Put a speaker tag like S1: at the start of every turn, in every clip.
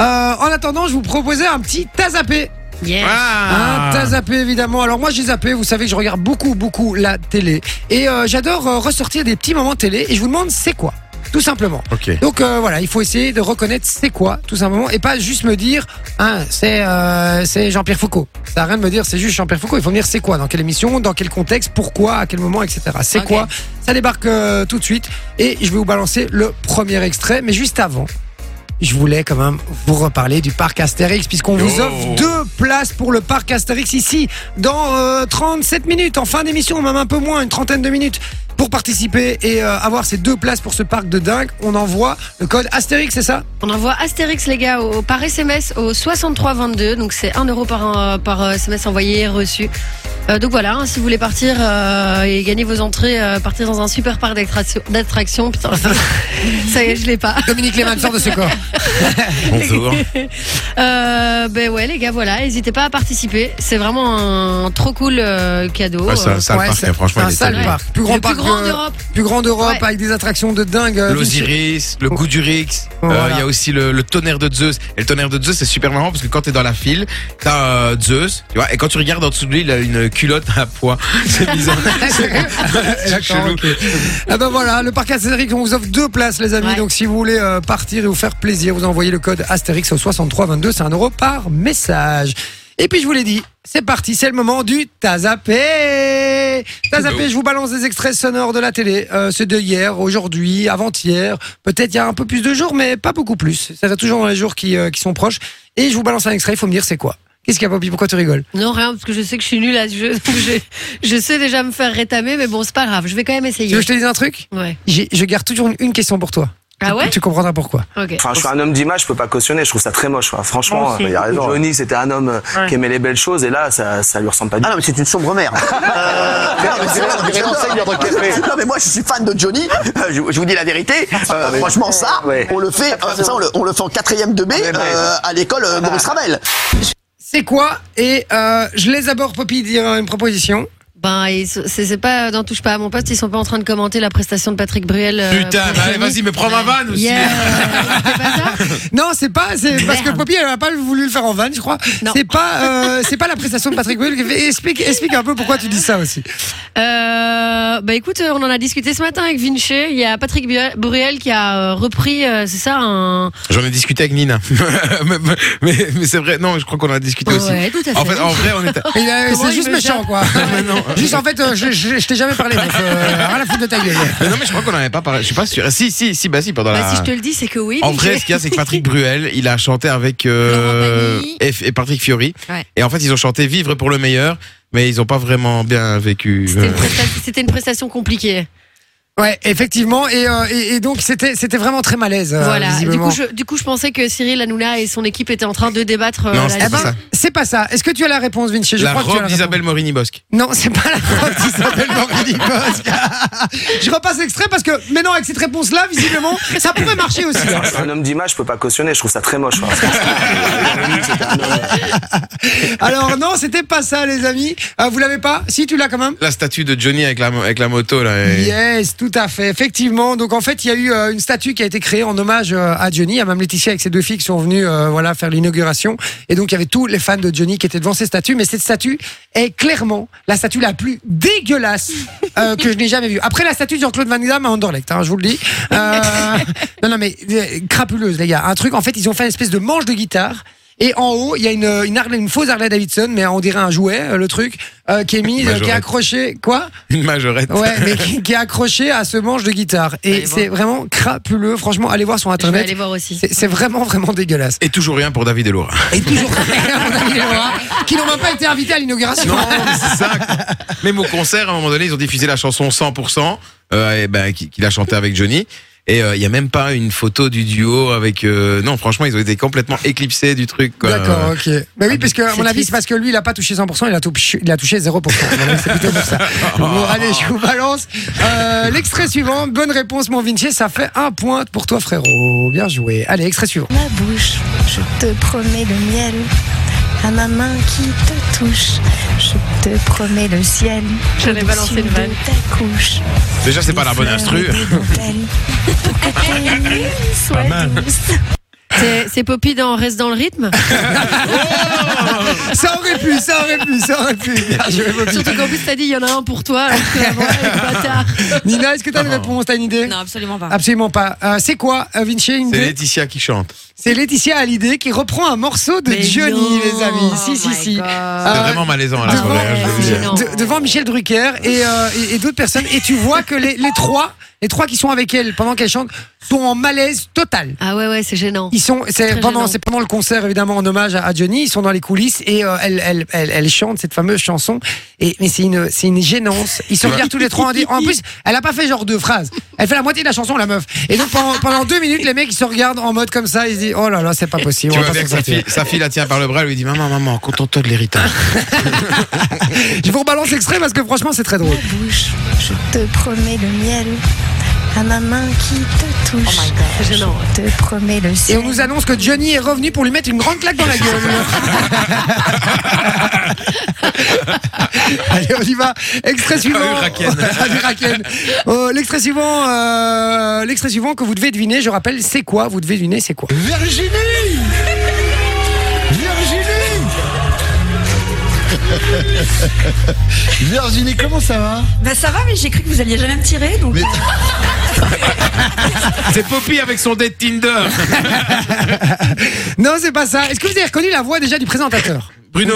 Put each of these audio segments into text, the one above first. S1: Euh, en attendant, je vous proposais un petit tazapé.
S2: Yes.
S1: Ah, t'as zappé évidemment. Alors moi j'ai zappé, vous savez que je regarde beaucoup beaucoup la télé et euh, j'adore euh, ressortir des petits moments télé et je vous demande c'est quoi tout simplement.
S3: Ok.
S1: Donc euh, voilà, il faut essayer de reconnaître c'est quoi tout simplement et pas juste me dire hein, c'est euh, c'est Jean-Pierre Foucault. Ça a rien de me dire c'est juste Jean-Pierre Foucault, il faut me dire c'est quoi dans quelle émission, dans quel contexte, pourquoi, à quel moment etc. C'est
S2: Ok.
S1: quoi Ça débarque euh, tout de suite et je vais vous balancer le premier extrait mais juste avant je voulais quand même vous reparler du parc Astérix, puisqu'on vous
S3: Yo.
S1: offre deux places pour le parc Astérix ici, dans euh, 37 minutes, en fin d'émission, même un peu moins, une trentaine de minutes. Pour participer et euh, avoir ces deux places pour ce parc de dingue, on envoie le code Astérix, c'est ça
S2: On envoie Astérix, les gars, au, par SMS au 6322. Donc, c'est 1 euro par, euh, par euh, SMS envoyé et reçu. Euh, donc voilà, hein, si vous voulez partir euh, et gagner vos entrées, euh, partir dans un super parc d'attraction- d'attractions. Putain, ça y est, je l'ai pas.
S1: Dominique Léman sort de ce corps.
S3: Bonjour.
S2: Euh, ben ouais, les gars, voilà, n'hésitez pas à participer. C'est vraiment un trop cool euh, cadeau.
S3: Ouais, ça,
S2: Euh,
S3: ça, le parc, hein,
S1: c'est-
S3: franchement,
S1: c'est
S3: il
S1: un
S3: est
S1: sale
S3: terrible.
S1: parc. Plus grand
S2: le
S1: parc
S2: plus grand
S1: de-
S2: d'Europe.
S1: plus grand d'Europe
S2: Ouais.
S1: avec des attractions de dingue. euh,
S3: L'Osiris, le goût du Rix, euh, il
S1: Voilà.
S3: y a aussi le, le tonnerre de Zeus. Et le tonnerre de Zeus, c'est super marrant parce que quand t'es dans la file, t'as euh, Zeus, tu vois, et quand tu regardes en dessous de lui, il a une culotte à poids. C'est bizarre. C'est
S1: D'accord,
S3: chelou.
S1: ok.
S2: Euh,
S1: Ah ben voilà, le parc Astérix, on vous offre deux places, les amis.
S2: Ouais.
S1: Donc si vous voulez euh, partir et vous faire plaisir, vous envoyez le code Astérix au 6322, c'est un euro par message. Et puis je vous l'ai dit, c'est parti, c'est le moment du Tazapé. Tazapé, je vous balance des extraits sonores de la télé. Euh, c'est de hier, aujourd'hui, avant-hier. Peut-être il y a un peu plus de jours, mais pas beaucoup plus. Ça va toujours dans les jours qui, euh, qui sont proches. Et je vous balance un extrait, il faut me dire c'est quoi. Qu'est-ce qu'il y a, Poppy Pourquoi tu rigoles
S2: Non, rien, parce que je sais que je suis nulle à ce jeu. Donc, je, je sais déjà me faire rétamer, mais bon, c'est pas grave. Je vais quand même
S1: Tu veux
S2: essayer.
S1: que je te dise un truc
S2: Ouais.
S1: J'ai- Je garde toujours une- une question pour toi.
S2: Ah ouais
S1: Tu comprendras pourquoi.
S2: Ok.
S4: Enfin, je suis un homme d'image, je peux pas cautionner. Je trouve ça très moche. quoi. Franchement, il y a raison. Johnny, c'était un homme euh, qui aimait les belles choses, et là, ça, ça lui ressemble pas du
S5: Ah
S4: tout.
S5: non, mais c'est une sombre merde. Euh, Non, mais moi, je suis fan de Johnny. Euh, Je, je vous dis la vérité. Euh, franchement, ça,
S4: Ah, Ouais. Ah,
S5: on le fait, euh, ça, on le, on le fait en quatrième de B
S4: Ouais, ouais.
S5: euh, à l'école euh, Maurice Ravel.
S1: c'est quoi Et euh, je laisse d'abord Poppy dire euh, une proposition.
S2: Ben, ils sont- c'est c'est pas, n'en touche pas à mon poste, ils sont pas en train de commenter la prestation de Patrick Bruel. euh,
S3: Putain,
S2: pour
S3: bah, allez,
S2: Johnny.
S3: vas-y, mais prends ma vanne aussi.
S2: Yeah. C'est pas ça
S1: Non, c'est pas, c'est parce que
S2: Merde.
S1: Poppy elle n'a pas voulu le faire en vanne, je crois.
S2: Non.
S1: C'est pas, euh, c'est pas la prestation de Patrick Bruel. qui fait- Explique, explique un peu pourquoi tu dis ça aussi.
S2: Euh, bah écoute, euh, on en a discuté ce matin avec Vinci. Il y a Patrick Bia- Bruel qui a euh, repris, euh, c'est ça, un.
S3: J'en ai discuté avec Nina. mais mais, mais c'est vrai, non, je crois qu'on en a discuté aussi.
S2: Ouais, tout à fait.
S3: En fait, en vrai, on était.
S1: Et, euh,
S2: Comment
S1: c'est
S2: il
S1: juste
S2: me
S1: méchant,
S2: gère
S1: quoi.
S3: Mais non.
S1: juste en fait, euh, je, je- je t'ai jamais parlé. Donc, euh, rien à foutre de ta gueule.
S3: Mais non, mais je crois qu'on en avait pas parlé. Je suis pas sûr. Si, si, si, bah si, pendant
S2: Bah,
S3: la.
S2: si je te le dis, c'est que oui.
S3: En
S2: mais
S3: vrai,
S2: j'ai-
S3: ce qu'il y a, c'est que Patrick Bruel, il a chanté avec euh,
S2: Laurent Pagny.
S3: et, et Patrick Fiori.
S2: Ouais.
S3: Et en fait, ils ont chanté Vivre pour le meilleur, mais ils ont pas vraiment bien vécu.
S2: C'était
S3: Euh,
S2: une, presta- c'était une prestation compliquée.
S1: Ouais, effectivement. Et, euh, et, et donc c'était, c'était vraiment très malaise. euh,
S2: voilà. Du
S1: visiblement.
S2: coup, je, du coup, je pensais que Cyril Hanouna et son équipe étaient en train de débattre. euh,
S3: Non,
S2: là-dessus.
S1: Eh
S3: c'est
S1: ben,
S3: pas ça.
S1: c'est pas ça. Est-ce que tu as la réponse, Vinci Je
S3: La
S1: crois que tu as
S3: robe
S1: la réponse.
S3: d'Isabelle Morini-Bosque.
S1: Non, c'est pas la preuve qui s'appelle Morgane Bosque. Je repasse l'extrait parce que maintenant, avec cette réponse-là, visiblement, ça pourrait marcher aussi. hein.
S4: Je suis un homme d'image, je peux pas cautionner. Je trouve ça très moche. quoi. Franchement, euh, Johnny, c'était un homme-
S1: Alors, non, c'était pas ça, les amis. Euh, vous l'avez pas Si, tu l'as quand même
S3: La statue de Johnny avec la, mo- avec la moto, là. et-
S1: Yes, tout à fait. Effectivement. Donc en fait, il y a eu euh, une statue qui a été créée en hommage euh, à Johnny. Il y a même Laetitia avec ses deux filles qui sont venues euh, voilà faire l'inauguration. Et donc il y avait tous les fans de Johnny qui étaient devant ces statues. Mais cette statue est clairement la statue la plus dégueulasse euh, que je n'ai jamais vue. Après la statue de Jean-Claude Van Damme à Anderlecht, hein, je vous le dis. Euh, non non mais euh, crapuleuse les gars. Un truc. En fait, ils ont fait une espèce de manche de guitare. Et en haut, il y a une, une, Harley- une fausse Harley Davidson, mais on dirait un jouet, euh, le truc, euh, qui est mis, euh, qui est
S3: Majorette.
S1: accroché. Quoi
S3: Une majorette.
S1: Ouais, mais qui, qui est accroché à ce manche de guitare. Et
S2: Allez
S1: c'est vraiment crapuleux. Franchement, allez voir sur
S2: Je vais
S1: internet.
S2: aller voir aussi.
S1: C'est c'est vraiment, vraiment dégueulasse.
S3: Et toujours rien pour David et Laura.
S1: Et toujours, on a mis les bras, qui n'ont même pas été invités à l'inauguration.
S3: Non, mais c'est ça. Même au concert, à un moment donné, ils ont diffusé la chanson 100%, euh, et ben, qui- qu'il a chanté avec Johnny. Et euh, il y a même pas une photo du duo avec. euh, Non, franchement, ils ont été complètement éclipsés du truc. quoi.
S1: D'accord, ok. Mais oui, parce que, à
S2: c'est
S1: mon avis,
S2: triste.
S1: c'est parce que lui, il a pas touché 100%, il a, touché, il a touché 0%. Voilà, c'est plutôt pour ça. Bon, allez, je vous balance. Euh, L'extrait suivant, bonne réponse, mon Vinci, ça fait un point pour toi, frérot. Bien joué. Allez, extrait suivant.
S6: Ma bouche, je te promets le miel. À ma main qui te touche, je te promets le ciel.
S2: J'allais
S6: Au-dessus
S2: balancer une
S6: de
S2: vanne.
S6: Ta couche.
S3: Déjà, c'est pas la bonne instru.
S6: Pour que tes nuits soient douces.
S2: C'est c'est Poppy dans Reste dans le rythme.
S1: Ça aurait pu, ça aurait pu, ça aurait pu. Bien joué, Bobby.
S2: Surtout qu'en plus, t'as dit, il y en a un pour toi. Alors que, ouais, bâtard.
S1: Nina, est-ce que t'as une réponse T'as une idée
S7: Non, absolument
S2: Ah,
S7: pas.
S1: Absolument pas. Euh, c'est quoi, euh, Vinci une
S3: C'est
S1: idée
S3: Laetitia qui chante.
S1: C'est Laetitia Hallyday qui reprend un morceau de
S2: Mais
S1: Johnny,
S2: non.
S1: les amis. si,
S2: Oh
S1: si,
S2: my
S1: si.
S2: God.
S3: C'est
S1: Euh,
S3: vraiment malaisant à la
S1: devant,
S3: soirée. hein, je vous le dis.
S7: Non.
S1: de- devant Michel Drucker et, euh, et- et d'autres personnes. Et tu vois que les, les trois, les trois qui sont avec elle pendant qu'elle chante, sont en malaise total.
S2: Ah ouais, ouais, c'est gênant.
S1: Ils sont, c'est
S2: très
S1: pendant,
S2: gênant.
S1: c'est pendant le concert évidemment en hommage à, à Johnny. Ils sont dans les coulisses et euh, elle, elle, elle, elle chante cette fameuse chanson. Et mais c'est une, c'est une gênance. Ils se regardent tous les trois. en di- En plus, elle a pas fait genre deux phrases. Elle fait la moitié de la chanson, la meuf. Et donc pendant, pendant deux minutes, les mecs ils se regardent en mode comme ça. Ils se disent oh là là, c'est pas possible.
S3: Tu
S1: on va
S3: vois
S1: pas
S3: bien
S1: s'en
S3: que sa
S1: sortir.
S3: fille, sa fille la tient par le bras, elle lui dit Maman, maman, contente-toi de l'héritage.
S1: Je vous rebalance l'extrait parce que franchement, c'est très drôle.
S6: bouche, je te promets le miel. À ma main qui te touche,
S2: Oh C'est gênant.
S6: je te promets le
S1: Et
S6: ciel.
S1: on nous annonce que Johnny est revenu pour lui mettre une grande claque dans la gueule. Allez, on y va. Extrait suivant.
S3: Ah, du Raken.
S1: Ah, du Raken. Euh, L'extrait suivant, euh, l'extrait suivant que vous devez deviner. Je rappelle, c'est quoi Vous devez deviner, c'est quoi
S8: Virginie Virginie Virginie, comment ça va
S7: Bah ça va, mais j'ai cru que vous alliez jamais me tirer, donc.
S8: Mais-
S3: C'est Poppy avec son date Tinder.
S1: Non, c'est pas ça. Est-ce que vous avez reconnu la voix déjà du présentateur
S3: Bruno.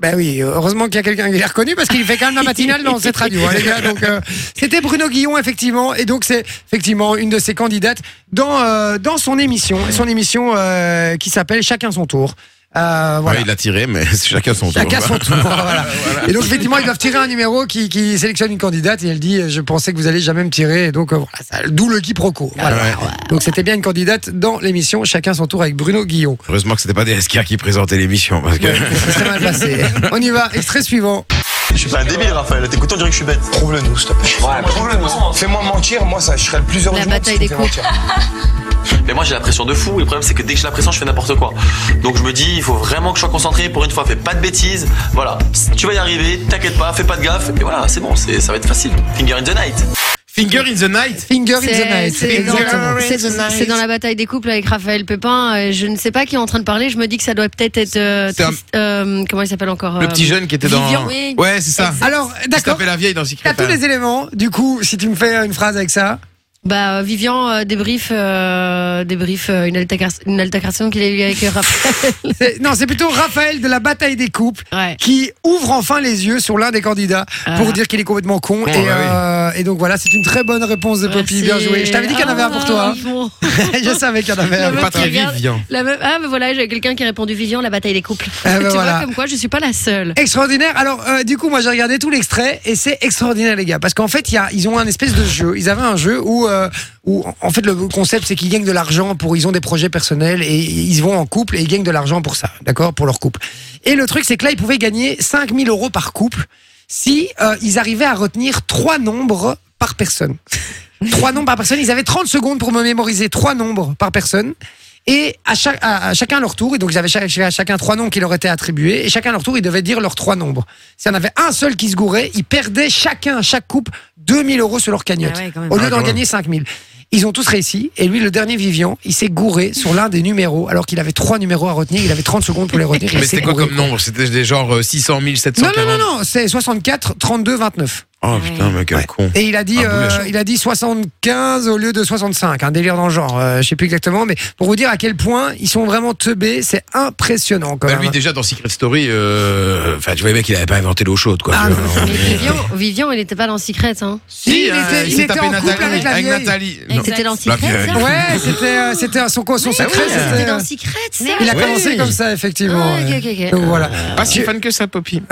S1: Ben oui, heureusement qu'il y a quelqu'un qui l'a reconnu parce qu'il fait quand même la matinale dans cette radio, hein, les gars. Donc euh, c'était Bruno Guillon effectivement, et donc c'est effectivement une de ses candidates dans euh, dans son émission, son émission euh, qui s'appelle Chacun son tour. Euh, voilà.
S3: Ouais, il l'a tiré, mais c'est chacun son tour.
S1: Chacun son tour. voilà. Et donc, effectivement, ils doivent tirer un numéro qui, qui sélectionne une candidate et elle dit euh, Je pensais que vous allez jamais me tirer. Et donc, euh, voilà, ça- d'où le quiproquo. Voilà.
S3: Ouais.
S1: Donc, c'était bien une candidate dans l'émission Chacun son tour avec Bruno Guillon.
S3: Heureusement que c'était pas des SK qui présentait l'émission parce que.
S1: Ça serait mal passé. On y va, extrait suivant.
S5: Je suis pas un débile, Raphaël. T'écoutes, on dirait que je suis bête. Prouve-le nous, s'il te plaît. Ouais, prouve-le nous. Fais-moi mentir, moi, ça, je serais le plus heureux
S2: La
S5: du monde
S2: bataille
S5: si
S2: des
S5: tu me
S2: coups.
S5: fais mentir.
S9: Mais moi j'ai la pression de fou, et le problème c'est que dès que j'ai la pression je fais n'importe quoi. Donc je me dis il faut vraiment que je sois concentré pour une fois, fais pas de bêtises, voilà, tu vas y arriver, t'inquiète pas, fais pas de gaffe, et voilà, c'est bon, c'est- ça va être facile. Finger in the night.
S3: Finger in the night.
S1: Finger in the
S2: C'est
S1: night.
S2: c'est dans,
S1: Exactement.
S2: c'est- c'est dans la bataille des couples avec Raphaël Pépin. Euh, Je ne sais pas qui est en train de parler. Je me dis que ça doit peut-être être. euh,
S3: C'est un-
S2: Trist- euh, comment il s'appelle encore
S3: Le
S2: euh,
S3: petit jeune qui était dans.
S2: Vivian, oui.
S3: Ouais, c'est ça.
S1: Alors,
S3: Il se
S1: d'accord.
S3: tapait la vieille dans
S1: T'as
S3: Secret.
S1: tous les éléments. Du coup, si tu me fais une phrase avec ça.
S2: Bah, euh, Vivian euh, débrief, euh, débrief euh, une, altercation, une altercation qu'il a eu avec euh, Raphaël.
S1: C'est- Non, c'est plutôt Raphaël de la bataille des couples
S2: Ouais.
S1: qui ouvre enfin les yeux sur l'un des candidats pour
S2: Ah.
S1: dire qu'il est complètement con.
S3: bah
S1: et, euh, et donc voilà, c'est une très bonne réponse de Poppy.
S2: Merci.
S1: Bien joué. Je t'avais dit qu'il y en avait un pour toi. hein.
S2: Ah, bon.
S1: Je savais qu'il y en avait un.
S2: La meuf
S3: Pas très
S2: qui regarde-
S3: Vivian.
S2: La meuf- Ah, mais voilà, j'ai quelqu'un qui a répondu Vivian, la bataille des couples.
S1: Ah, bah,
S2: tu
S1: voilà.
S2: vois, comme quoi, je suis pas la seule.
S1: Extraordinaire. Alors, euh, du coup, moi, j'ai regardé tout l'extrait et c'est extraordinaire, les gars. Parce qu'en fait, il y a, ils ont un espèce de jeu. Ils avaient un jeu où, euh, où en- en fait, le concept, c'est qu'ils gagnent de l'argent pour. Ils ont des projets personnels et ils vont en couple et ils gagnent de l'argent pour ça, d'accord Pour leur couple. Et le truc, c'est que là, ils pouvaient gagner 5000 euros par couple si euh, ils arrivaient à retenir trois nombres par personne. trois nombres par personne. Ils avaient 30 secondes pour me mémoriser trois nombres par personne. Et à, chaque, à, à chacun leur tour, et donc ils avaient cha- cha- chacun trois noms qui leur étaient attribués, et chacun leur tour, ils devaient dire leurs trois nombres. S'il y en avait un seul qui se gourait, ils perdaient chacun, chaque couple, 2000 euros sur leur cagnotte,
S7: Ah ouais, quand même.
S1: au lieu
S3: Ah,
S1: d'en
S3: quand même.
S1: gagner 5000. Ils ont tous réussi, et lui, le dernier Vivian, il s'est gouré sur l'un des numéros, alors qu'il avait trois numéros à retenir, il avait 30 secondes pour les retenir. il
S3: Mais
S1: s'est
S3: c'était quoi
S1: gouré.
S3: comme nombre C'était des genre euh, 600 000, 700
S1: Non, non, non, non, c'est 64, 32, 29.
S3: Oh putain, mais quel con.
S1: Et il a dit,
S3: Un boulet
S1: euh,
S3: chaud.
S1: il a dit 75 au lieu de 65, un délire dans le genre. euh, je sais plus exactement, mais pour vous dire à quel point ils sont vraiment teubés, c'est impressionnant quand
S3: Bah,
S1: même.
S3: lui, déjà, dans Secret Story, euh, enfin, tu vois, le mec, il avait pas inventé l'eau chaude, quoi.
S1: Ah,
S3: Tu
S1: non.
S3: vois, on-
S2: Mais Vivian, Vivian, elle n'était pas dans Secret, hein.
S1: Si, il
S3: euh,
S1: était, il
S3: s'est
S1: était
S3: tapé
S1: en couple
S3: Nathalie-
S1: avec la vieille.
S3: Nathalie. Non.
S2: C'était dans
S3: La
S2: Secret,
S3: vieille.
S2: ça Ah
S1: Ouais, c'était, euh, c'était euh, son quoi, son secret.
S3: Bah oui,
S1: c'était,
S2: C'était
S1: euh,
S2: dans Secret, ça
S1: il a
S3: Oui.
S1: commencé comme ça effectivement.
S2: Ah, ok,
S1: ouais.
S2: ok, ok.
S1: Donc voilà.
S3: Pas si fan que ça, Poppy.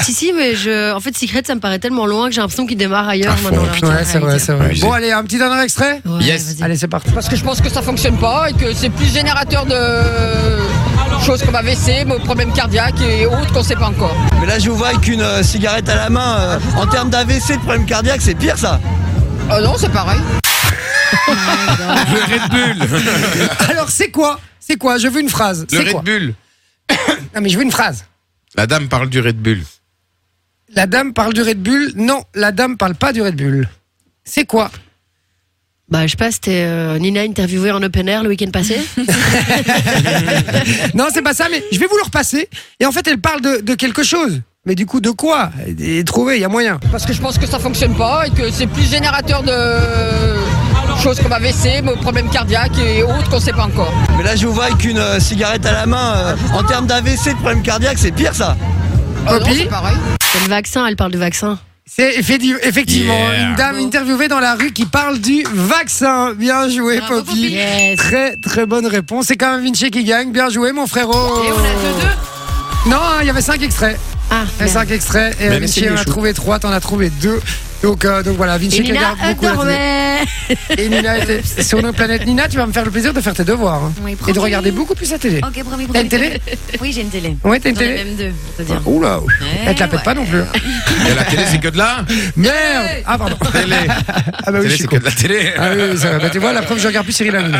S2: Si, si, mais je... en fait, Secret, ça me paraît tellement loin que j'ai l'impression qu'il démarre ailleurs
S3: À fond,
S2: maintenant. là.
S3: putain.
S1: Ouais, c'est vrai, c'est vrai.
S3: Ouais,
S1: Bon, allez, un petit dernier extrait.
S2: Ouais,
S3: Yes.
S2: vas-y.
S1: Allez, c'est parti.
S10: Parce que je pense que ça fonctionne pas et que c'est plus générateur de choses comme AVC, problèmes cardiaques et autres qu'on sait pas encore.
S8: Mais là, je vous vois avec une euh, cigarette à la main. euh, en termes d'AVC, de problème cardiaque, c'est pire ça.
S10: Ah non, c'est pareil.
S3: Le Red Bull.
S1: Alors, c'est quoi C'est quoi Je veux une phrase.
S3: Le
S1: C'est quoi
S3: Red Bull.
S1: Non, mais je veux une phrase.
S3: La dame parle du Red Bull.
S1: La dame parle du Red Bull. Non, la dame parle pas du Red Bull. C'est quoi
S2: Bah, je sais pas, c'était euh, Nina interviewée en open air le week-end passé.
S1: non, c'est pas ça, mais je vais vous le repasser. Et en fait, elle parle de, de quelque chose. Mais du coup, de quoi Et Trouvez, il y a moyen.
S10: Parce que je pense que ça fonctionne pas et que c'est plus générateur de choses comme AVC, problèmes cardiaques et autres qu'on sait pas encore.
S8: Mais là, je vous vois avec une euh, cigarette à la main. euh, en termes d'AVC, de problème cardiaque, c'est pire ça.
S10: Ah non, c'est pareil.
S2: C'est le vaccin, elle parle de vaccin.
S1: C'est effecti- effectivement
S3: Yeah.
S1: une dame interviewée dans la rue qui parle du vaccin. Bien joué,
S2: Bravo,
S1: Poppy.
S2: Poppy. Yes.
S1: Très, très bonne réponse. C'est quand même Vinci qui gagne. Bien joué, mon frérot.
S2: Et on a deux, deux.
S1: Non, hein, il y avait cinq extraits.
S2: Ah,
S1: Il y avait
S2: merde.
S1: cinq extraits. Et
S3: Même
S1: Vinci
S3: s'il est
S1: en a
S3: chaud.
S1: trouvé trois, t'en as trouvé deux. Donc, euh, donc voilà, Vinci
S2: Et
S1: qui
S2: Nina
S1: garde beaucoup la télé.
S2: dormait.
S1: Et Nina était sur nos planètes. Nina, tu vas me faire le plaisir de faire tes devoirs. hein.
S11: Oui,
S1: et
S11: promis.
S1: de regarder beaucoup plus la télé.
S11: Ok, promis, promis.
S1: T'as une télé
S11: Oui, j'ai une télé.
S1: Ouais, t'as une
S11: J'en ai
S1: télé Ah,
S11: même deux, pour te dire.
S1: Oula, elle te la
S11: Eh,
S1: pète pas non plus. hein.
S3: Et la télé, c'est que de la
S1: Merde Ah pardon.
S3: télé.
S1: Ah bah oui,
S3: télé
S1: je suis
S3: c'est
S1: con.
S3: que de la télé.
S1: Bah, Ah oui, oui, ça va. Bah, tu vois, la preuve, je regarde plus Cyril Hanouna.